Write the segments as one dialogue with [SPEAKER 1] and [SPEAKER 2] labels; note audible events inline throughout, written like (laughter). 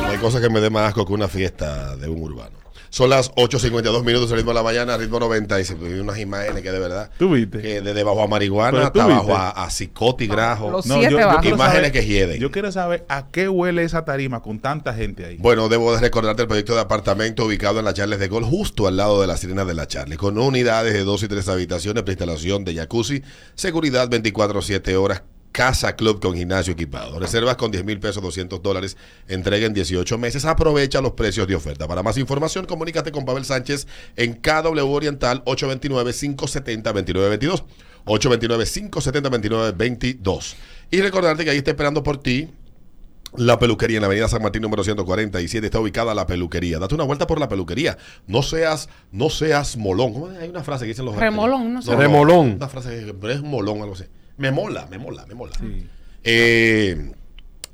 [SPEAKER 1] hay cosas que me den más asco que una fiesta de un urbano. Son las 8.52 minutos, el ritmo de la mañana, ritmo 90. Y se tuvieron unas imágenes que de verdad.
[SPEAKER 2] ¿Tú viste?
[SPEAKER 1] Que desde bajo a marihuana
[SPEAKER 2] Pero tú
[SPEAKER 1] hasta bajo
[SPEAKER 2] viste.
[SPEAKER 1] a, a psicoti grajo.
[SPEAKER 3] Los siete bajos.
[SPEAKER 2] quiero
[SPEAKER 1] Imágenes que hieden.
[SPEAKER 2] Yo quiero saber a qué huele esa tarima con tanta gente ahí.
[SPEAKER 1] Bueno, debo de recordarte el proyecto de apartamento ubicado en la Charles de Gol, justo al lado de la Sirena de la Charles, con unidades de dos y tres habitaciones, preinstalación de jacuzzi, seguridad 24-7 horas, casa club con gimnasio equipado. Reservas con 10 mil pesos, 200 dólares, entrega en 18 meses. Aprovecha los precios de oferta. Para más información, comunícate con Pavel Sánchez en KW Oriental 829-570-2922. 829-570-2922. Y recordarte que ahí está esperando por ti la peluquería en la avenida San Martín número 147 está ubicada la peluquería. Date una vuelta por la peluquería. No seas, no seas molón. ¿Cómo es? Hay una frase que dicen los
[SPEAKER 3] Remolón, no sé.
[SPEAKER 4] Remolón.
[SPEAKER 1] Una frase que pero es molón, algo así. Me mola, me mola, me mola. Eh,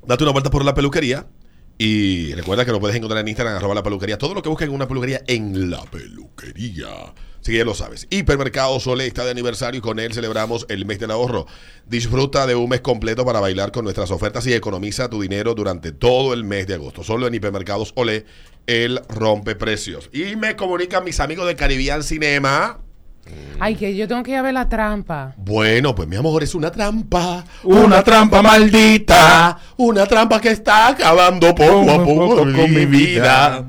[SPEAKER 1] date una vuelta por la peluquería. Y recuerda que lo puedes encontrar en Instagram, arroba la peluquería. Todo lo que busques en una peluquería, en la peluquería. Así que ya lo sabes. Hipermercado Sole está de aniversario y con él celebramos el mes del ahorro. Disfruta de un mes completo para bailar con nuestras ofertas y economiza tu dinero durante todo el mes de agosto. Solo en Hipermercados Ole, el rompe precios. Y me comunican mis amigos de Caribbean Cinema.
[SPEAKER 3] Ay, que yo tengo que ir a ver la trampa.
[SPEAKER 1] Bueno, pues mi amor, es una trampa.
[SPEAKER 2] Una trampa maldita.
[SPEAKER 1] Ah, Una trampa que está acabando poco a poco con mi vida.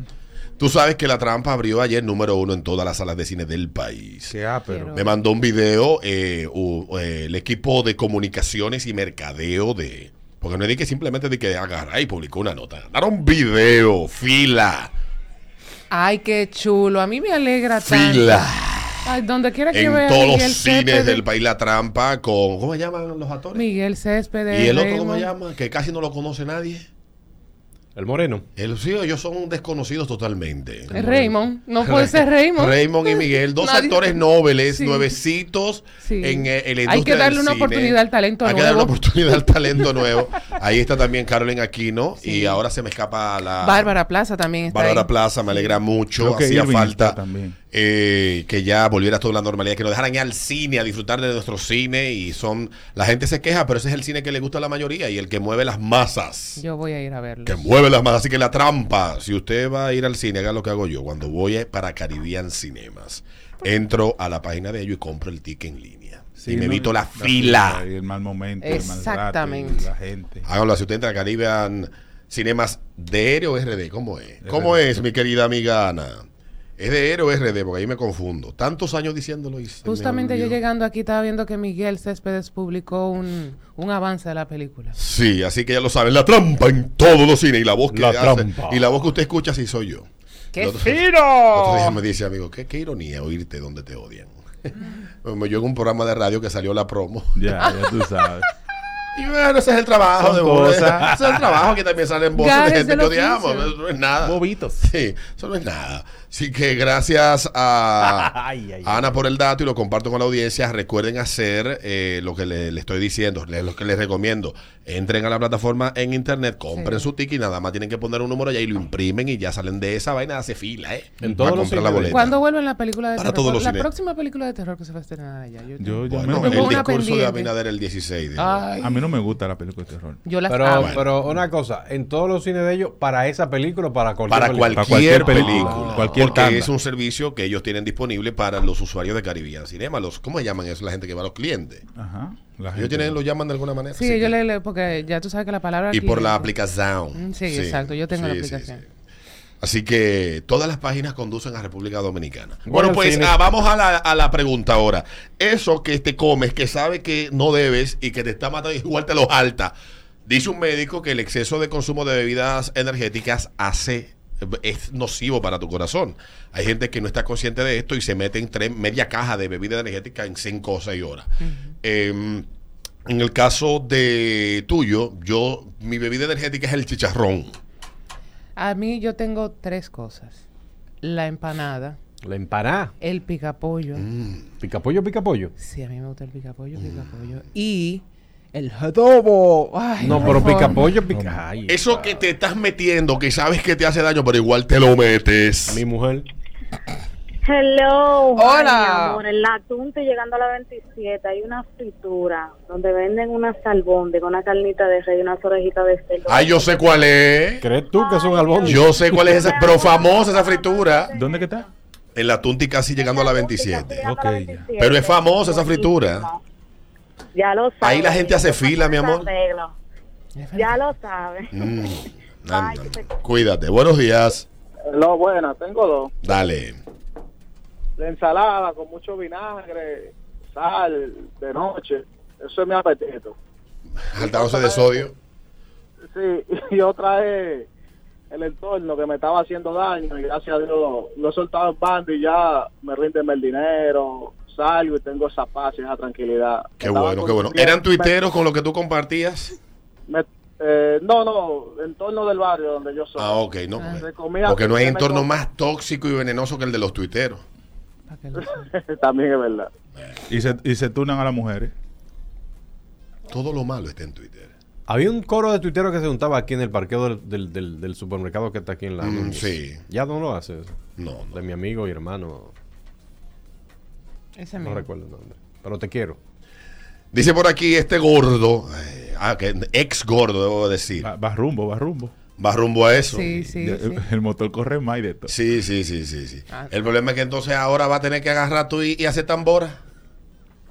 [SPEAKER 1] Tú sabes que la trampa abrió ayer número uno en todas las salas de cine del país.
[SPEAKER 2] Se ah, pero.
[SPEAKER 1] Me mandó un video eh, u- eh, el equipo de comunicaciones y mercadeo de... Porque no es de que simplemente de que agarra y publicó una nota. Mandaron video, fila,
[SPEAKER 3] Ay, qué chulo. A mí me alegra tanto.
[SPEAKER 1] fila.
[SPEAKER 3] Ay, donde quiera que vea
[SPEAKER 1] En todos los
[SPEAKER 3] Miguel Céspedes.
[SPEAKER 1] cines del país la trampa con... ¿Cómo se llaman los actores?
[SPEAKER 3] Miguel Céspedes.
[SPEAKER 1] Y el otro, ¿cómo
[SPEAKER 3] Raymond.
[SPEAKER 1] se llama? Que casi no lo conoce nadie.
[SPEAKER 4] El moreno.
[SPEAKER 1] El, sí, ellos son desconocidos totalmente.
[SPEAKER 3] Eh, Raymond.
[SPEAKER 1] (laughs)
[SPEAKER 3] No puede ser Raymond.
[SPEAKER 1] Raymond y Miguel, dos
[SPEAKER 3] Nadie-
[SPEAKER 1] actores nobles,
[SPEAKER 3] Sí.
[SPEAKER 1] nuevecitos
[SPEAKER 3] Sí.
[SPEAKER 1] en eh, en la industria
[SPEAKER 3] Hay que
[SPEAKER 1] del
[SPEAKER 3] darle una
[SPEAKER 1] cine.
[SPEAKER 3] oportunidad al talento
[SPEAKER 1] Hay que darle una
[SPEAKER 3] nuevo.
[SPEAKER 1] oportunidad
[SPEAKER 3] (laughs)
[SPEAKER 1] al talento nuevo. Ahí está también Carolyn Aquino y ahora se me escapa la
[SPEAKER 3] Bárbara Plaza también está
[SPEAKER 1] Bárbara
[SPEAKER 3] ahí.
[SPEAKER 1] Plaza, me alegra mucho.
[SPEAKER 2] Creo que
[SPEAKER 1] Hacía
[SPEAKER 2] Irving
[SPEAKER 1] falta
[SPEAKER 2] está también.
[SPEAKER 1] eh, que ya volviera toda la normalidad, que nos dejaran ir al cine a disfrutar de nuestro cine y son la gente se queja, pero ese es el cine que le gusta a la mayoría y el que mueve las masas.
[SPEAKER 3] Yo voy a ir a verlo.
[SPEAKER 1] Que mueve las manos. Así que la trampa. Si usted va a ir al cine, haga lo que hago yo. Cuando voy a- para Caribbean Cinemas, entro a la página de ellos y compro el ticket en línea.
[SPEAKER 2] Sí,
[SPEAKER 1] y me
[SPEAKER 2] ¿no?
[SPEAKER 1] evito la, fila.
[SPEAKER 2] Y el mal momento. el mal rato,
[SPEAKER 3] Exactamente.
[SPEAKER 2] y la gente.
[SPEAKER 1] Háganlo así. Usted entra a Caribbean Cinemas de R o RD. ¿Cómo es? ¿Cómo
[SPEAKER 2] RD.
[SPEAKER 1] es, mi querida amiga Ana? Es de R o RD, porque ahí me confundo. Tantos años diciéndolo y se me
[SPEAKER 3] Justamente yo
[SPEAKER 1] olvidó.
[SPEAKER 3] llegando aquí estaba viendo que Miguel Céspedes publicó un, un avance de la película.
[SPEAKER 1] Sí, así que ya lo saben. La trampa en todos los cines. Y la voz que
[SPEAKER 4] La
[SPEAKER 1] hace-
[SPEAKER 4] trampa.
[SPEAKER 1] Y la voz que usted escucha, sí soy yo.
[SPEAKER 3] ¡Qué
[SPEAKER 1] El otro-
[SPEAKER 3] fino!
[SPEAKER 1] Otro día me dice, amigo, qué, qué ironía oírte donde te odian. (laughs) Bueno, yo en un programa de radio que salió la promo.
[SPEAKER 2] Ya, ya tú sabes.
[SPEAKER 1] Y bueno, ese es el trabajo
[SPEAKER 2] Son
[SPEAKER 1] de uno. (laughs) Ese
[SPEAKER 2] cosas.
[SPEAKER 1] es el trabajo que también salen voces de
[SPEAKER 3] Gajes
[SPEAKER 1] gente
[SPEAKER 3] del
[SPEAKER 1] que odiamos.
[SPEAKER 3] oficio.
[SPEAKER 1] Eso no es nada.
[SPEAKER 4] Bobitos.
[SPEAKER 1] Sí, eso no es nada. Así que gracias a,
[SPEAKER 4] (laughs) Ay, ay, ay.
[SPEAKER 1] a Ana por el dato y lo comparto con la audiencia. Recuerden hacer eh, lo que le, le estoy diciendo, le- lo que les recomiendo. Entren a la plataforma en internet, compren
[SPEAKER 3] Sí.
[SPEAKER 1] su ticket y nada más tienen que poner un número allá y lo imprimen y ya salen de esa vaina, hace fila, ¿eh?
[SPEAKER 4] En
[SPEAKER 1] Para
[SPEAKER 4] todos los
[SPEAKER 1] comprar la
[SPEAKER 4] sitios.
[SPEAKER 1] boleta.
[SPEAKER 3] ¿Cuándo vuelve la película de
[SPEAKER 1] Para
[SPEAKER 3] terror?
[SPEAKER 1] todos los
[SPEAKER 3] la
[SPEAKER 1] cines.
[SPEAKER 3] próxima película de terror que se va a estrenar allá. Yo,
[SPEAKER 2] Yo, yo
[SPEAKER 1] Bueno,
[SPEAKER 2] me-
[SPEAKER 1] el
[SPEAKER 3] Tengo
[SPEAKER 1] discurso
[SPEAKER 3] una
[SPEAKER 1] de
[SPEAKER 3] pendiente. Ah.
[SPEAKER 1] Abinader el 16. dijo.
[SPEAKER 3] Ay,
[SPEAKER 2] a mí no me gusta la película de terror.
[SPEAKER 3] yo las
[SPEAKER 4] Pero,
[SPEAKER 3] amo.
[SPEAKER 4] pero una cosa, en todos los cines de ellos, para esa película, para cualquier
[SPEAKER 1] para
[SPEAKER 4] película.
[SPEAKER 1] cualquier,
[SPEAKER 2] cualquier
[SPEAKER 1] película.
[SPEAKER 2] película, cualquier
[SPEAKER 1] porque
[SPEAKER 2] tanda.
[SPEAKER 1] es un servicio que ellos tienen disponible para los usuarios de Caribbean Cinema. Los, ¿Cómo se llaman eso? La gente que va a los clientes.
[SPEAKER 2] Ajá. La
[SPEAKER 1] Ellos
[SPEAKER 2] gente-
[SPEAKER 1] tienen, lo llaman de alguna manera.
[SPEAKER 3] Sí,
[SPEAKER 1] así
[SPEAKER 3] yo
[SPEAKER 1] que-
[SPEAKER 3] le, le- porque ya tú sabes que la palabra...
[SPEAKER 1] y
[SPEAKER 3] aquí-
[SPEAKER 1] por la aplicación.
[SPEAKER 3] Mm, sí, exacto, yo tengo la aplicación.
[SPEAKER 1] Así que todas las páginas conducen a República Dominicana.
[SPEAKER 4] Voy
[SPEAKER 1] Bueno,
[SPEAKER 4] al
[SPEAKER 1] pues
[SPEAKER 4] cine.
[SPEAKER 1] ah, vamos a la, a la pregunta ahora. Eso que te comes, que sabe que no debes y que te está matando, (laughs) igual te lo alta. Dice un médico que el exceso de consumo de bebidas energéticas hace es nocivo para tu corazón. Hay gente que no está consciente de esto y se mete en tres, media caja de bebida energética en cinco o seis horas. Em, en el caso de tuyo, yo mi bebida energética es el chicharrón.
[SPEAKER 3] A mí yo tengo tres cosas. La empanada,
[SPEAKER 4] La empanada.
[SPEAKER 3] el picapollo.
[SPEAKER 1] Mm.
[SPEAKER 4] Picapollo, picapollo.
[SPEAKER 3] Sí, a mí me gusta el picapollo, picapollo. Y el adobo. Ay,
[SPEAKER 4] No,
[SPEAKER 3] por
[SPEAKER 4] pero
[SPEAKER 3] favor.
[SPEAKER 4] picapollo, pica. Ay,
[SPEAKER 1] Eso que te estás metiendo, que sabes que te hace daño, pero igual te lo metes.
[SPEAKER 4] Mi mujer.
[SPEAKER 5] Hello.
[SPEAKER 6] Hola.
[SPEAKER 5] Ay, mi amor, en la Tunte llegando a la 27 hay una fritura donde venden unas albóndigas, una carnita de rey, unas orejitas de cerdo.
[SPEAKER 1] Ay, yo sé cuál es.
[SPEAKER 4] ¿Crees tú que son albóndigas?
[SPEAKER 1] Yo sé cuál es esa, pero famosa esa fritura.
[SPEAKER 2] ¿Dónde que está?
[SPEAKER 1] En la Tunti casi llegando a la
[SPEAKER 5] Casi
[SPEAKER 1] 27.
[SPEAKER 5] llegando a la
[SPEAKER 4] Ok, ya.
[SPEAKER 5] 27.
[SPEAKER 1] Pero es famosa esa fritura.
[SPEAKER 5] Ya lo sabes.
[SPEAKER 1] Ahí la gente hace
[SPEAKER 5] Eso
[SPEAKER 1] fila,
[SPEAKER 5] es
[SPEAKER 1] mi amor.
[SPEAKER 5] arreglo. Ya lo sabes.
[SPEAKER 1] Mm, nam, nam. Cuídate. Buenos días.
[SPEAKER 7] No, buena, tengo dos.
[SPEAKER 1] Dale.
[SPEAKER 7] La ensalada con mucho vinagre, sal, de noche. Eso es mi apetito.
[SPEAKER 1] Saltándose de sodio.
[SPEAKER 7] Sí, (laughs) y otra es el entorno que me estaba haciendo daño y gracias a Dios lo he soltado en bando y ya me rinden el dinero, salgo y tengo esa paz y esa tranquilidad.
[SPEAKER 1] Qué
[SPEAKER 7] Estaba
[SPEAKER 1] bueno, qué bueno.
[SPEAKER 7] confundido.
[SPEAKER 1] ¿Eran tuiteros con lo que tú compartías?
[SPEAKER 7] Me- eh, no, no, entorno del barrio donde yo soy.
[SPEAKER 1] Ah, ok, no.
[SPEAKER 7] Ah.
[SPEAKER 1] porque-
[SPEAKER 7] De comida,
[SPEAKER 1] Porque no hay
[SPEAKER 7] de
[SPEAKER 1] entorno
[SPEAKER 7] comida.
[SPEAKER 1] más tóxico y venenoso que el de los tuiteros.
[SPEAKER 3] Pa' que lo sepa.
[SPEAKER 7] (laughs) También es verdad.
[SPEAKER 2] Y se, y se turnan a las mujeres.
[SPEAKER 1] Todo lo malo está en Twitter.
[SPEAKER 4] Había un coro de tuiteros que se juntaba aquí en el parqueo del, del- del- del supermercado que está aquí en la.
[SPEAKER 1] Mm, sí.
[SPEAKER 4] Ya no lo hace eso.
[SPEAKER 1] No, no.
[SPEAKER 4] De mi amigo y hermano.
[SPEAKER 6] Ese
[SPEAKER 4] No
[SPEAKER 6] mismo.
[SPEAKER 4] recuerdo el nombre. Pero te quiero.
[SPEAKER 1] Dice por aquí este gordo. eh, ah, que ex gordo, debo decir.
[SPEAKER 2] Va, va rumbo, va rumbo.
[SPEAKER 1] Va rumbo a eso.
[SPEAKER 6] Sí, sí,
[SPEAKER 2] Ya-
[SPEAKER 6] sí.
[SPEAKER 1] (laughs)
[SPEAKER 2] El motor corre más y de todo.
[SPEAKER 1] Sí, sí, sí, sí, sí.
[SPEAKER 6] Ah.
[SPEAKER 1] El problema es que entonces ahora va a tener que agarrar tú y, y hacer tambora.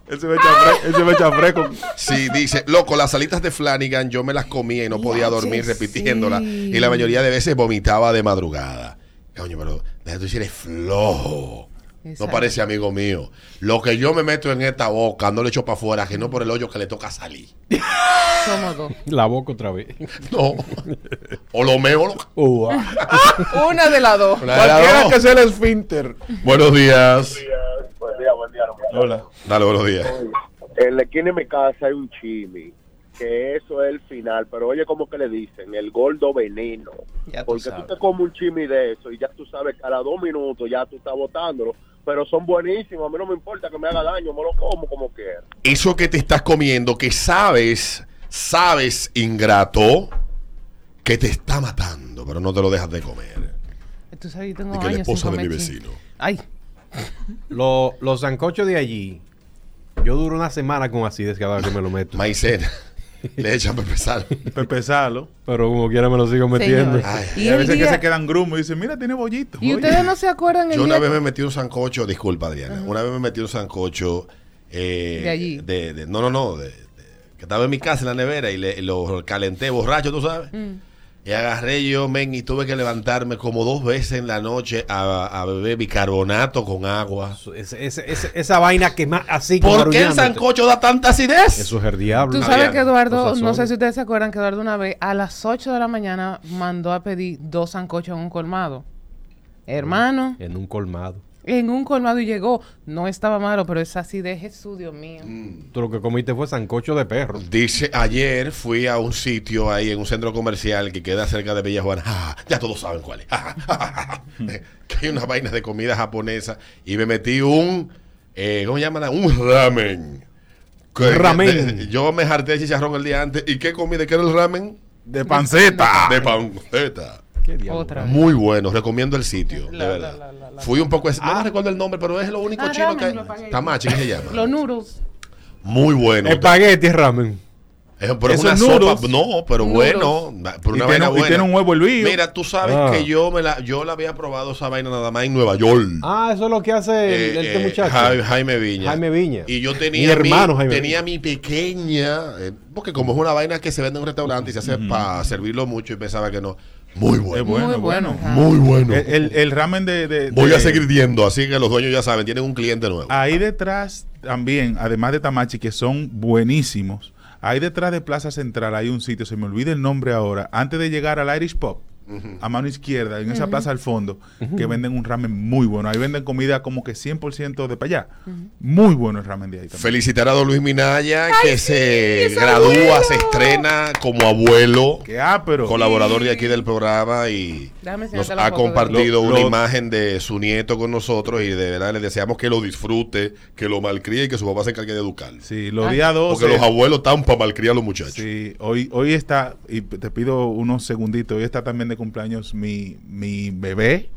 [SPEAKER 2] Él se me echa fre- él se me echa fresco.
[SPEAKER 1] Sí, dice, loco, las salitas de Flanagan yo me las comía y no podía
[SPEAKER 6] Ya,
[SPEAKER 1] dormir
[SPEAKER 6] che,
[SPEAKER 1] repitiéndolas.
[SPEAKER 6] sí.
[SPEAKER 1] Y la mayoría de veces vomitaba de madrugada. Coño, pero déjate decir, es flojo. No
[SPEAKER 6] Exacto.
[SPEAKER 1] parece amigo mío. Lo que yo me meto en esta boca no le echo para afuera, que no por el hoyo que le toca salir. (laughs)
[SPEAKER 6] Somos dos.
[SPEAKER 4] La boca otra vez. (laughs)
[SPEAKER 1] No. (laughs) o lo meo. o lo-
[SPEAKER 6] Una de las dos.
[SPEAKER 1] Una de las dos.
[SPEAKER 2] sea el esfínter.
[SPEAKER 1] Buenos días.
[SPEAKER 8] Buen día, buen día.
[SPEAKER 2] Hola.
[SPEAKER 1] Dale, buenos días.
[SPEAKER 8] En la esquina de mi casa hay un chimi, que eso es el final, pero oye como que le dicen, el gordo veneno.
[SPEAKER 6] Ya tú
[SPEAKER 8] Porque tú,
[SPEAKER 6] sabes.
[SPEAKER 8] te comes un chimi de eso y ya tú sabes que a las dos minutos ya tú estás botándolo, pero son buenísimos, a mí no me importa que me haga daño, me lo como como quiera.
[SPEAKER 1] eso que te estás comiendo, que sabes, sabes, ingrato, que te está matando, pero no te lo dejas de comer.
[SPEAKER 6] Tú sabes, yo tengo
[SPEAKER 1] Y
[SPEAKER 6] años
[SPEAKER 1] que la esposa
[SPEAKER 6] sin
[SPEAKER 1] de mi
[SPEAKER 6] comer
[SPEAKER 1] vecino.
[SPEAKER 6] chile. Ay,
[SPEAKER 4] Lo- los sancochos de allí. Yo duro una semana con acidez cada vez que me lo meto.
[SPEAKER 1] Maicena. (laughs) Le echan pepe
[SPEAKER 6] (laughs)
[SPEAKER 1] sal.
[SPEAKER 2] Pepe Salo.
[SPEAKER 4] Pero como quiera me lo sigo metiendo.
[SPEAKER 6] señores.
[SPEAKER 1] Ay,
[SPEAKER 6] (laughs) y
[SPEAKER 2] Y a
[SPEAKER 6] el
[SPEAKER 2] veces que
[SPEAKER 6] día-
[SPEAKER 2] se quedan grumos y dicen, mira, tiene bollito.
[SPEAKER 6] y
[SPEAKER 2] Oye.
[SPEAKER 6] ustedes no se acuerdan el
[SPEAKER 1] Yo una
[SPEAKER 6] día-
[SPEAKER 1] vez me metí un sancocho, disculpa Adriana, una vez me metí un sancocho eh,
[SPEAKER 6] De allí.
[SPEAKER 1] de- de- no, no, no, de- de- que estaba en mi casa en la nevera y, le- y lo calenté borracho, tú sabes.
[SPEAKER 6] Mm.
[SPEAKER 1] Y agarré yo, men, y tuve que levantarme como dos veces en la noche a, a beber bicarbonato con agua.
[SPEAKER 4] Ese- ese- ese- esa vaina que más así como
[SPEAKER 1] ¿Por qué el
[SPEAKER 4] arrullándote.
[SPEAKER 1] sancocho da tanta acidez?
[SPEAKER 4] Eso es el diablo.
[SPEAKER 6] Tú sabes
[SPEAKER 1] Adriana,
[SPEAKER 6] que Eduardo,
[SPEAKER 4] los
[SPEAKER 6] no sé
[SPEAKER 4] sazones.
[SPEAKER 6] si ustedes se acuerdan que Eduardo una vez a las 8 de la mañana mandó a pedir dos sancochos en un colmado. Hermano,
[SPEAKER 4] En un colmado.
[SPEAKER 6] en un colmado y llegó. No estaba malo, pero es así de Jesús, Dios mío.
[SPEAKER 4] Tú lo que comiste fue sancocho de perro.
[SPEAKER 1] Dice, ayer fui a un sitio ahí en un centro comercial que queda cerca de Bella Juana. Ah, ya todos saben cuál es. Ah, ah, ah, (laughs) que hay una vaina de comida japonesa. Y me metí un, eh, ¿cómo llaman? Un ramen. Que-
[SPEAKER 4] Ramen.
[SPEAKER 1] de- yo me harté de chicharrón el día antes. ¿Y qué comí? ¿De qué era el ramen? Ah, (laughs)
[SPEAKER 2] De panceta.
[SPEAKER 1] De panceta.
[SPEAKER 4] ¿Qué diablo?
[SPEAKER 6] Otra vez.
[SPEAKER 1] Muy bueno, recomiendo el sitio,
[SPEAKER 6] La-
[SPEAKER 1] de
[SPEAKER 6] la-
[SPEAKER 1] verdad.
[SPEAKER 6] la- la- la-
[SPEAKER 1] Fui un poco... No recuerdo el nombre, pero es lo único
[SPEAKER 6] Ah,
[SPEAKER 1] chino
[SPEAKER 6] ramen, lo
[SPEAKER 1] que...
[SPEAKER 6] pagué.
[SPEAKER 1] Tamachi, ¿qué se llama?
[SPEAKER 6] Los noodles.
[SPEAKER 1] Muy bueno.
[SPEAKER 4] Espagueti es ramen.
[SPEAKER 1] Es, pero es
[SPEAKER 2] Eso
[SPEAKER 1] una
[SPEAKER 2] es
[SPEAKER 1] sopa,
[SPEAKER 2] noodles.
[SPEAKER 1] no, pero
[SPEAKER 6] Noodles.
[SPEAKER 1] bueno, por
[SPEAKER 2] Y
[SPEAKER 1] una
[SPEAKER 2] tiene
[SPEAKER 1] vaina
[SPEAKER 2] un- y
[SPEAKER 1] buena.
[SPEAKER 2] tiene un huevo hervido.
[SPEAKER 1] Mira, tú sabes
[SPEAKER 4] Ah.
[SPEAKER 1] que yo me la, yo la había probado esa vaina nada más en Nueva York.
[SPEAKER 4] Ah, eso es lo que hace el,
[SPEAKER 1] Eh,
[SPEAKER 4] este
[SPEAKER 1] eh,
[SPEAKER 4] muchacho.
[SPEAKER 1] Ja- Jaime Viña.
[SPEAKER 4] Jaime Viña.
[SPEAKER 1] Y yo tenía
[SPEAKER 4] Mi hermano Jaime
[SPEAKER 1] tenía mi pequeña, eh, porque como es una vaina que se vende en un restaurante y se hace para servirlo mucho y pensaba que no. Muy
[SPEAKER 2] Es
[SPEAKER 1] bueno,
[SPEAKER 2] bueno,
[SPEAKER 6] Muy bueno.
[SPEAKER 2] bueno.
[SPEAKER 6] ajá.
[SPEAKER 1] muy bueno.
[SPEAKER 2] El,
[SPEAKER 4] Eh,
[SPEAKER 2] el- el ramen de, de-
[SPEAKER 1] Voy
[SPEAKER 2] de-
[SPEAKER 1] a seguir viendo, así que los dueños ya saben, tienen un cliente nuevo.
[SPEAKER 4] Ah.
[SPEAKER 2] Ahí detrás también, además de Tamachi, que son buenísimos. Ahí detrás de Plaza Central hay un sitio, se me olvida el nombre ahora, antes de llegar al Irish Pop, a mano izquierda, en esa plaza al fondo, que venden un ramen muy bueno. Ahí venden comida como que 100% de para allá. Muy bueno el ramen de ahí también.
[SPEAKER 1] Felicitar a don Luis Minaya, que se gradúa, se estrena como abuelo.
[SPEAKER 2] Que ah, pero
[SPEAKER 1] colaborador de aquí del programa y
[SPEAKER 6] Déjame
[SPEAKER 1] nos
[SPEAKER 6] enseñarte la
[SPEAKER 1] ha
[SPEAKER 6] foto de-
[SPEAKER 1] compartido
[SPEAKER 2] Lo-
[SPEAKER 1] una
[SPEAKER 2] lo-
[SPEAKER 1] imagen de su nieto con nosotros y de verdad le deseamos que lo disfrute, que lo malcríe y que su papá se encargue de educarlo.
[SPEAKER 2] Sí, los días 12.
[SPEAKER 1] Porque los abuelos están para malcriar a los muchachos.
[SPEAKER 2] Sí, hoy, hoy está, y te pido unos segunditos, hoy está también de cumpleaños mi, mi bebé,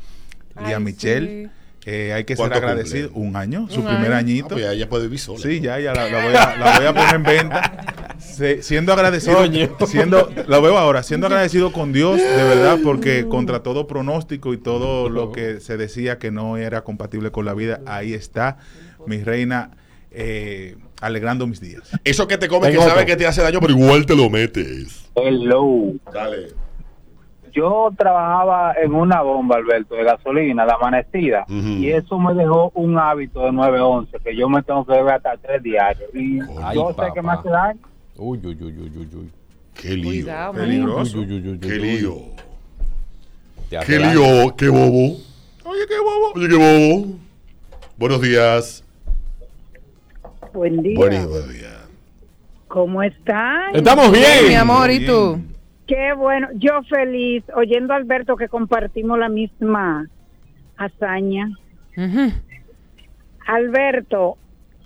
[SPEAKER 2] Lía
[SPEAKER 6] Ay,
[SPEAKER 2] Michelle.
[SPEAKER 6] sí.
[SPEAKER 2] Eh, hay que ser
[SPEAKER 1] ¿Cuánto
[SPEAKER 2] agradecido.
[SPEAKER 1] cumple?
[SPEAKER 2] Un año, su
[SPEAKER 6] Un
[SPEAKER 2] primer
[SPEAKER 6] año.
[SPEAKER 1] Ah,
[SPEAKER 2] añito.
[SPEAKER 1] pues ya ella puede vivir sola.
[SPEAKER 2] Sí, ya, ya la, la voy a, la voy a poner en venta. Se- siendo agradecido, siendo, la veo ahora, siendo agradecido con Dios, de verdad, porque contra todo pronóstico y todo lo que se decía que no era compatible con la vida, ahí está mi reina eh, alegrando mis días.
[SPEAKER 1] Eso que te comes
[SPEAKER 9] Tengo
[SPEAKER 1] que sabes
[SPEAKER 9] otro.
[SPEAKER 1] que te hace daño, pero igual te lo metes.
[SPEAKER 9] Hello.
[SPEAKER 1] Dale.
[SPEAKER 9] Yo trabajaba en una bomba, Alberto, de gasolina, la amanecida,
[SPEAKER 1] Ujú.
[SPEAKER 9] y eso me dejó un hábito de 9-11, que yo me tengo que beber hasta tres diarios. Y
[SPEAKER 1] Ay,
[SPEAKER 9] yo sé
[SPEAKER 1] papá.
[SPEAKER 9] que me hace daño.
[SPEAKER 4] Uy, uy, uy, uy, uy, uy.
[SPEAKER 1] Qué lío.
[SPEAKER 6] Cuidado, man.
[SPEAKER 4] Uy,
[SPEAKER 2] Peligroso.
[SPEAKER 4] uy, uy, uy,
[SPEAKER 1] Qué
[SPEAKER 4] uy.
[SPEAKER 1] lío.
[SPEAKER 4] Te hace
[SPEAKER 1] Qué
[SPEAKER 4] daño.
[SPEAKER 1] lío. Qué bobo. Oye, qué bobo. Oye, qué bobo. Buenos días.
[SPEAKER 5] Buen día.
[SPEAKER 1] Buenos días.
[SPEAKER 5] ¿Cómo están?
[SPEAKER 9] Estamos
[SPEAKER 6] Mi amor, ¿y tú?
[SPEAKER 2] Bien.
[SPEAKER 5] Qué bueno. Yo feliz oyendo a Alberto que compartimos la misma hazaña.
[SPEAKER 6] Ujú.
[SPEAKER 5] Alberto,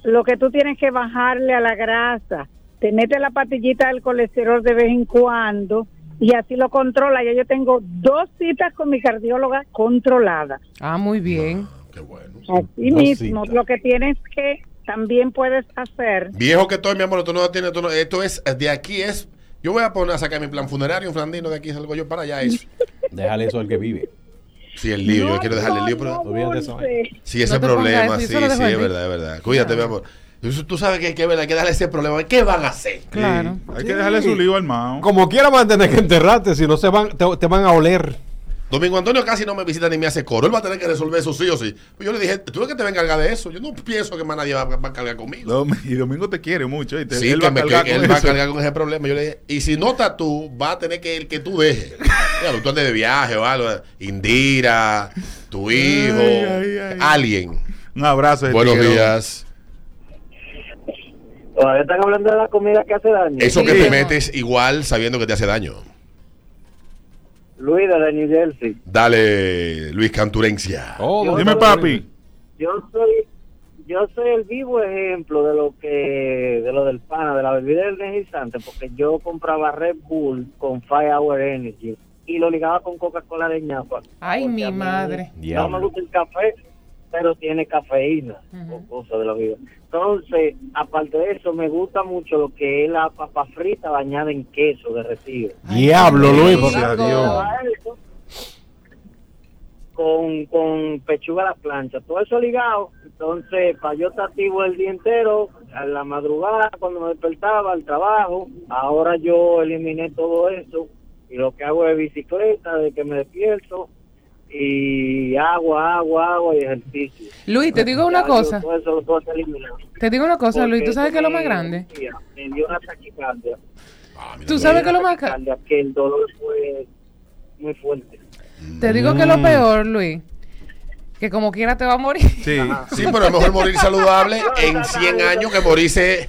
[SPEAKER 5] lo que tú tienes que bajarle a la grasa, te mete la patillita del colesterol de vez en cuando y así lo controla. Ya yo tengo dos citas con mi cardióloga controladas.
[SPEAKER 6] Ah, muy bien.
[SPEAKER 1] Qué bueno.
[SPEAKER 5] Así
[SPEAKER 4] Dos
[SPEAKER 5] mismo,
[SPEAKER 4] citas.
[SPEAKER 5] lo que tienes que también puedes hacer.
[SPEAKER 1] Viejo que estoy, mi amor, tú no tienes, tú no- esto es, de aquí es, yo voy a poner a sacar mi plan funerario, un flandino, de aquí salgo yo para allá, eso.
[SPEAKER 4] Déjale eso al que vive.
[SPEAKER 1] Sí, el lío, yo quiero dejarle el lío, pero...
[SPEAKER 5] No, no,
[SPEAKER 4] olvídate eso,
[SPEAKER 5] dulce.
[SPEAKER 1] Sí, ese
[SPEAKER 6] No te
[SPEAKER 1] problema,
[SPEAKER 6] pongas
[SPEAKER 1] sí,
[SPEAKER 6] eso,
[SPEAKER 1] sí,
[SPEAKER 6] yo se lo
[SPEAKER 1] es
[SPEAKER 6] dejo a ti.
[SPEAKER 1] verdad, es verdad. Cuídate, mi amor. Eso Tú sabes que hay que, ver, hay que darle ese problema, ¿qué van a hacer?
[SPEAKER 2] Sí,
[SPEAKER 6] Claro.
[SPEAKER 2] Hay que dejarle su lío al mao.
[SPEAKER 4] Como quiera van a tener que enterrarte, si no se van, te, te van a oler.
[SPEAKER 1] Domingo Antonio casi no me visita ni me hace coro, él va a tener que resolver eso sí o sí. Pues yo le dije, tú es que te venga a cargar de eso, yo no pienso que más nadie va, va a cargar conmigo.
[SPEAKER 2] Dom- Y Domingo te quiere mucho. ¿oíste?
[SPEAKER 1] Sí,
[SPEAKER 2] Él
[SPEAKER 1] que
[SPEAKER 2] va a
[SPEAKER 1] me- que-
[SPEAKER 2] cargar
[SPEAKER 1] que
[SPEAKER 2] con
[SPEAKER 1] él va a
[SPEAKER 2] eso.
[SPEAKER 1] cargar con ese problema. Yo le dije, y si no estás tú, va a tener que el que tú
[SPEAKER 2] (laughs)
[SPEAKER 1] dejes. Claro, tú andes de viaje o algo. Indira, tu hijo,
[SPEAKER 2] ay, ay.
[SPEAKER 1] alguien.
[SPEAKER 2] Un abrazo. ese
[SPEAKER 1] Buenos
[SPEAKER 2] tiguerón.
[SPEAKER 1] días.
[SPEAKER 9] Todavía están hablando de la comida que hace daño.
[SPEAKER 1] Eso
[SPEAKER 6] Sí.
[SPEAKER 1] que te metes igual sabiendo que te hace daño.
[SPEAKER 9] Luis de New Jersey.
[SPEAKER 1] Dale, Luis Canturencia.
[SPEAKER 4] Oh,
[SPEAKER 2] Dime, papi.
[SPEAKER 9] yo soy yo soy el vivo ejemplo de lo que de lo del pana de la bebida energizante porque yo compraba Red Bull con Fire Hour Energy y lo ligaba con Coca-Cola de ñapa
[SPEAKER 6] Ay,
[SPEAKER 9] Porque
[SPEAKER 6] mi
[SPEAKER 9] a mí
[SPEAKER 6] madre.
[SPEAKER 9] no me gusta el café pero tiene cafeína
[SPEAKER 6] Ujú.
[SPEAKER 9] o cosas de la vida entonces aparte de eso me gusta mucho lo que es la papa frita bañada en queso derretido
[SPEAKER 4] Diablo, Luis.
[SPEAKER 6] Rico.
[SPEAKER 2] Gracias a Dios.
[SPEAKER 9] con, con pechuga a la plancha, todo eso ligado. Entonces, para yo estar activo el día entero, a la madrugada, cuando me despertaba, al trabajo, ahora yo eliminé todo eso y lo que hago es bicicleta, de que me despierto y agua, agua, agua y ejercicio.
[SPEAKER 6] Luis, te digo una
[SPEAKER 9] Ya yo
[SPEAKER 6] cosa.
[SPEAKER 9] Todo eso lo puedo estar eliminando.
[SPEAKER 6] Te digo una cosa, Luis. ¿Tú
[SPEAKER 9] Porque
[SPEAKER 6] sabes
[SPEAKER 9] eso
[SPEAKER 6] qué es lo más
[SPEAKER 9] me-
[SPEAKER 6] grande?
[SPEAKER 9] Me dio una taquicardia.
[SPEAKER 1] Ah, mira,
[SPEAKER 6] ¿Tú sabes
[SPEAKER 9] Me dio
[SPEAKER 6] qué es lo
[SPEAKER 9] una
[SPEAKER 6] más ca-
[SPEAKER 9] taquicardia, Que el dolor fue muy fuerte.
[SPEAKER 6] Te digo que es
[SPEAKER 4] Mm.
[SPEAKER 6] lo peor, Luis. Que como quiera te va a morir.
[SPEAKER 2] Sí.
[SPEAKER 1] Sí, pero es mejor morir
[SPEAKER 2] (laughs)
[SPEAKER 1] saludable en 100 años que morirse.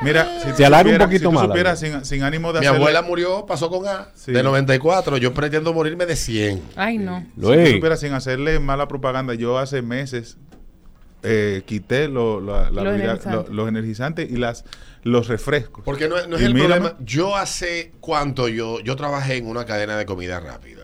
[SPEAKER 2] Mira, si tú
[SPEAKER 4] Se alarga un
[SPEAKER 2] supieras-
[SPEAKER 4] poquito
[SPEAKER 2] si tú
[SPEAKER 4] más, la
[SPEAKER 2] supieras, sin, sin ánimo de
[SPEAKER 1] Mi
[SPEAKER 2] hacer
[SPEAKER 1] abuela murió, pasó con A,
[SPEAKER 2] Sí.
[SPEAKER 1] de 94. Yo pretendo morirme de 100.
[SPEAKER 6] (laughs) Ay, no.
[SPEAKER 2] Si tú
[SPEAKER 4] Luis.
[SPEAKER 2] supieras, sin hacerle mala propaganda, yo hace meses eh, quité lo- la- la
[SPEAKER 6] Los
[SPEAKER 2] bebida-
[SPEAKER 6] energizantes.
[SPEAKER 2] lo- los energizantes y las los refrescos.
[SPEAKER 1] Porque no, es- no es
[SPEAKER 2] Y
[SPEAKER 1] el
[SPEAKER 2] mírame.
[SPEAKER 1] problema. Yo hace cuánto yo, yo trabajé en una cadena de comida rápida.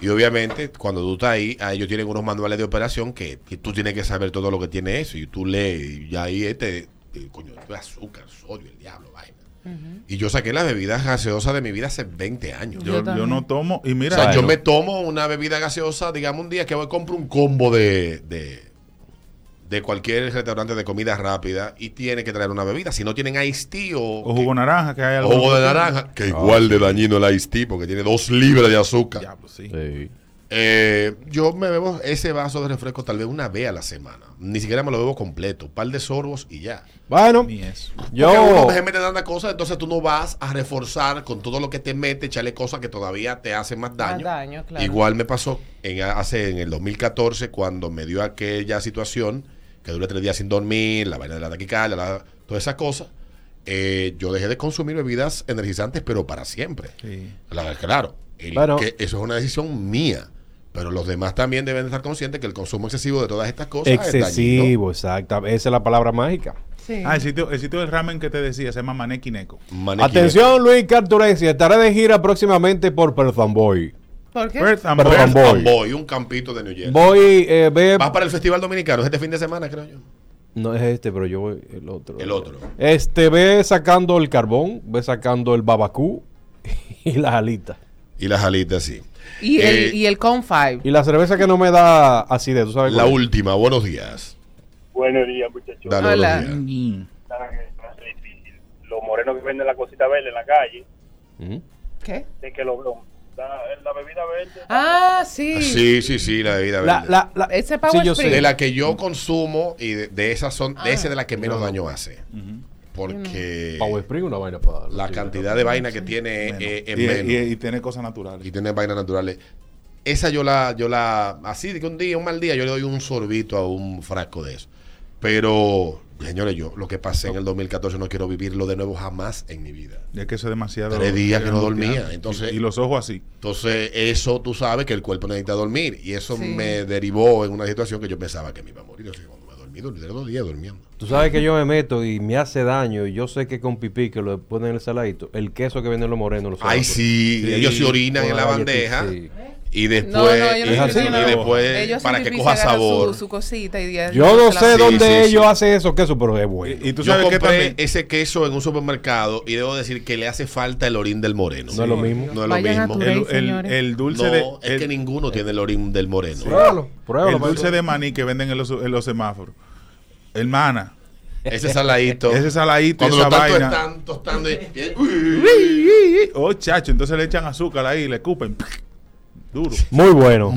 [SPEAKER 1] Y obviamente, cuando tú estás ahí, a ellos tienen unos manuales de operación que, que tú tienes que saber todo lo que tiene eso. Y tú lees, y ahí este, eh, coño, esto es azúcar, sodio, el diablo, vaina. Y yo saqué las bebidas gaseosas de mi vida hace 20 años.
[SPEAKER 6] Yo
[SPEAKER 2] Yo, yo
[SPEAKER 6] también.
[SPEAKER 2] no tomo. Y mira,
[SPEAKER 1] o sea, yo
[SPEAKER 2] bueno,
[SPEAKER 1] me tomo una bebida gaseosa, digamos un día que voy y compro un combo de, de, de cualquier restaurante de comida rápida y tiene que traer una bebida. Si no tienen iced tea o,
[SPEAKER 2] o jugo naranja, que hay algo.
[SPEAKER 1] Jugo de naranja, que igual de dañino el iced tea porque tiene dos libras de azúcar.
[SPEAKER 2] Diablo, sí.
[SPEAKER 4] Sí.
[SPEAKER 1] Eh, yo me bebo ese vaso de refresco tal vez una vez a la semana. Ni siquiera me lo bebo completo. Un par de sorbos y ya.
[SPEAKER 4] Bueno,
[SPEAKER 2] Ni eso.
[SPEAKER 1] Porque uno
[SPEAKER 4] yo.
[SPEAKER 1] que se mete tanta cosa, entonces tú no vas a reforzar con todo lo que te mete, echarle cosas que todavía te hacen más daño.
[SPEAKER 6] Más daño, claro.
[SPEAKER 1] Igual me pasó en, hace, en el 2014 cuando me dio aquella situación que duré tres días sin dormir, la vaina de la taquicardia, la- todas esas cosas. Eh, yo dejé de consumir bebidas energizantes, pero para siempre.
[SPEAKER 2] Sí.
[SPEAKER 1] La- claro, el
[SPEAKER 4] Claro.
[SPEAKER 1] que eso es una decisión mía. Pero los demás también deben estar conscientes que el consumo excesivo de todas estas cosas es dañino.
[SPEAKER 4] Excesivo, exacto. Esa es la palabra mágica.
[SPEAKER 6] Sí.
[SPEAKER 2] Ah, el sitio, el sitio del ramen que te decía se llama Manekineko.
[SPEAKER 1] Manequín.
[SPEAKER 4] Atención, Luis Carturencia. Estará de gira próximamente por Perthamboy.
[SPEAKER 6] ¿Por qué?
[SPEAKER 2] Perth and
[SPEAKER 1] Perth
[SPEAKER 2] Boy.
[SPEAKER 1] and Boy.
[SPEAKER 8] Boy.
[SPEAKER 1] un campito de New Jersey.
[SPEAKER 4] Voy, eh, ve.
[SPEAKER 1] Vas para el Festival Dominicano, es este fin de semana, creo yo.
[SPEAKER 4] No es este, pero yo voy el otro.
[SPEAKER 1] El otro.
[SPEAKER 4] Este, ve sacando el carbón, ve sacando el babacú (laughs) y las alitas.
[SPEAKER 1] Y las alitas, sí.
[SPEAKER 6] Y,
[SPEAKER 1] Eh,
[SPEAKER 6] el, y el Con Five.
[SPEAKER 4] Y la cerveza que no me da acidez, ¿tú sabes?
[SPEAKER 1] La
[SPEAKER 4] cuál es?
[SPEAKER 1] última, buenos días.
[SPEAKER 8] Buenos días, muchachos.
[SPEAKER 1] Dale,
[SPEAKER 6] Hola.
[SPEAKER 1] buenos días.
[SPEAKER 2] Mm.
[SPEAKER 8] Los morenos que venden la cosita verde en la calle,
[SPEAKER 4] Ujú.
[SPEAKER 6] ¿Qué?
[SPEAKER 8] de que lo veo. La, la bebida verde.
[SPEAKER 6] Ah, sí.
[SPEAKER 1] Sí, sí, sí, la bebida
[SPEAKER 4] La,
[SPEAKER 1] verde.
[SPEAKER 4] la, la- eh,
[SPEAKER 6] Ese Power
[SPEAKER 4] Sí, yo
[SPEAKER 6] Spring.
[SPEAKER 4] sé.
[SPEAKER 1] De la que yo consumo y de, de esas son, de esa de la que menos daño hace. Porque
[SPEAKER 4] Power Spring, una vaina para.
[SPEAKER 1] Eh, la
[SPEAKER 4] sí,
[SPEAKER 1] cantidad de vaina que tiene
[SPEAKER 2] Menos.
[SPEAKER 1] eh, es
[SPEAKER 2] y,
[SPEAKER 1] menos.
[SPEAKER 2] y- y tiene cosas naturales.
[SPEAKER 1] y tiene vainas naturales. Esa yo la, yo la, así de que un día, un mal día, yo le doy un sorbito a un frasco de eso. Pero, señores, yo lo que pasé en el 2014 no quiero vivirlo de nuevo jamás en mi vida.
[SPEAKER 2] Ya que eso es demasiado.
[SPEAKER 1] Tres días que no
[SPEAKER 2] angustiante.
[SPEAKER 1] dormía, entonces-
[SPEAKER 2] y, y los ojos así.
[SPEAKER 1] Entonces, eso tú sabes que el cuerpo necesita dormir. Y eso
[SPEAKER 6] Sí.
[SPEAKER 1] me derivó en una situación que yo pensaba que me iba a morir. O sea, cuando me dormí, dormí duré dos días durmiendo.
[SPEAKER 4] Tú sabes que yo me meto y me hace daño. Y yo sé que con pipí que lo ponen en el saladito, el queso que venden los morenos. Los
[SPEAKER 1] Ay,
[SPEAKER 4] sábados.
[SPEAKER 1] sí, ellos se orinan
[SPEAKER 4] con
[SPEAKER 1] en la
[SPEAKER 4] galletita,
[SPEAKER 1] bandeja.
[SPEAKER 4] sí.
[SPEAKER 1] Y después,
[SPEAKER 6] No, no, yo no
[SPEAKER 1] y,
[SPEAKER 4] sé si
[SPEAKER 1] y
[SPEAKER 4] no.
[SPEAKER 1] después
[SPEAKER 6] Ellos
[SPEAKER 1] para
[SPEAKER 6] sin
[SPEAKER 1] que
[SPEAKER 6] pipí
[SPEAKER 1] coja
[SPEAKER 6] se agarran
[SPEAKER 1] sabor.
[SPEAKER 6] Su, su cosita y de-
[SPEAKER 4] Yo no sé
[SPEAKER 1] Sí,
[SPEAKER 4] dónde
[SPEAKER 1] sí,
[SPEAKER 4] ellos
[SPEAKER 1] sí.
[SPEAKER 4] hacen eso queso, pero es bueno.
[SPEAKER 2] Y, y tú
[SPEAKER 1] Yo
[SPEAKER 2] sabes que
[SPEAKER 1] compré
[SPEAKER 2] también.
[SPEAKER 1] ese queso en un supermercado y debo decir que le hace falta el orín del moreno.
[SPEAKER 4] No es lo mismo.
[SPEAKER 1] No es lo
[SPEAKER 6] Vayan a
[SPEAKER 1] mismo.
[SPEAKER 6] tu-
[SPEAKER 1] El-
[SPEAKER 2] el, el-
[SPEAKER 6] señores.
[SPEAKER 2] el dulce
[SPEAKER 1] no,
[SPEAKER 2] de.
[SPEAKER 1] es
[SPEAKER 2] el-
[SPEAKER 1] que ninguno tiene el orín del moreno.
[SPEAKER 4] Pruébalo, pruébalo.
[SPEAKER 2] el dulce
[SPEAKER 4] maestro.
[SPEAKER 2] de maní que venden en los, en los semáforos. Hermana,
[SPEAKER 1] Ese saladito.
[SPEAKER 2] ese saladito,
[SPEAKER 1] Cuando
[SPEAKER 2] esa
[SPEAKER 1] lo tanto
[SPEAKER 2] vaina.
[SPEAKER 1] están tostando y- y-
[SPEAKER 2] Oh, chacho, entonces le echan azúcar ahí y le escupen. Duro.
[SPEAKER 4] Muy bueno.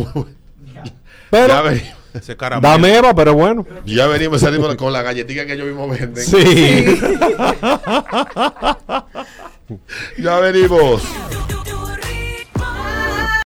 [SPEAKER 1] ya,
[SPEAKER 4] Pero,
[SPEAKER 1] veni-
[SPEAKER 2] Ese caramelo.
[SPEAKER 4] dame Eva, pero bueno.
[SPEAKER 1] ya venimos salimos con la galletita que ellos mismos venden.
[SPEAKER 4] Sí.
[SPEAKER 1] Ya venimos.
[SPEAKER 10] Tú, tú,